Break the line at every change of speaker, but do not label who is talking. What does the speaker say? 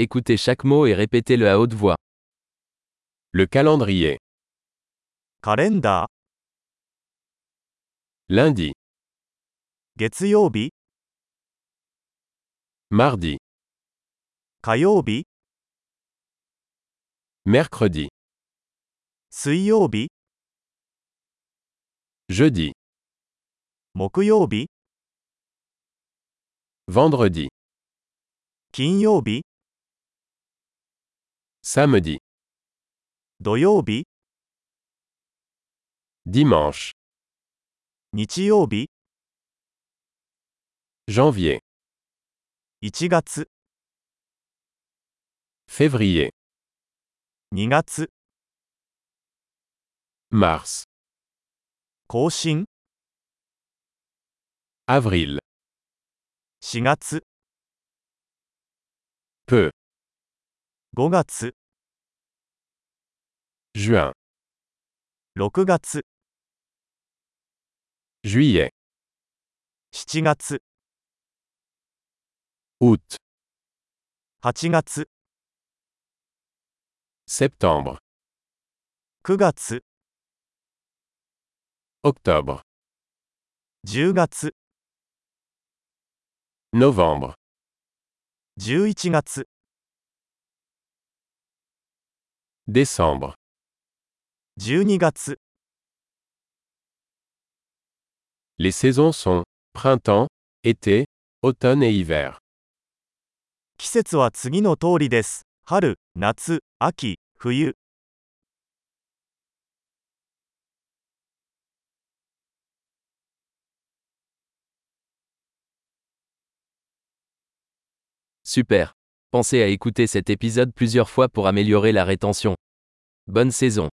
Écoutez chaque mot et répétez-le à haute voix. Le calendrier.
カレンダー、
Lundi,
月曜日、
mardi,
火曜日、
mercredi,
水曜日、
jeudi,
木曜日、
vendredi,
金曜日、
samedi,
土曜日、
dimanche,
日曜日、
janvier,
1月、
février,
2月、
mars,
更新、
avril,
4月、
peu,
5月、
juin,
6月、
juillet,
7月、
août,
8月、
septembre,
9月、
octobre,
10月、
novembre,
11月、
décembre,
12月、
les saisons sont printemps, été, automne et hiver.
季節は次の通りです。春、夏、秋、冬。
Super. Pensez à écouter cet épisode plusieurs fois pour améliorer la rétention. Bonne saison.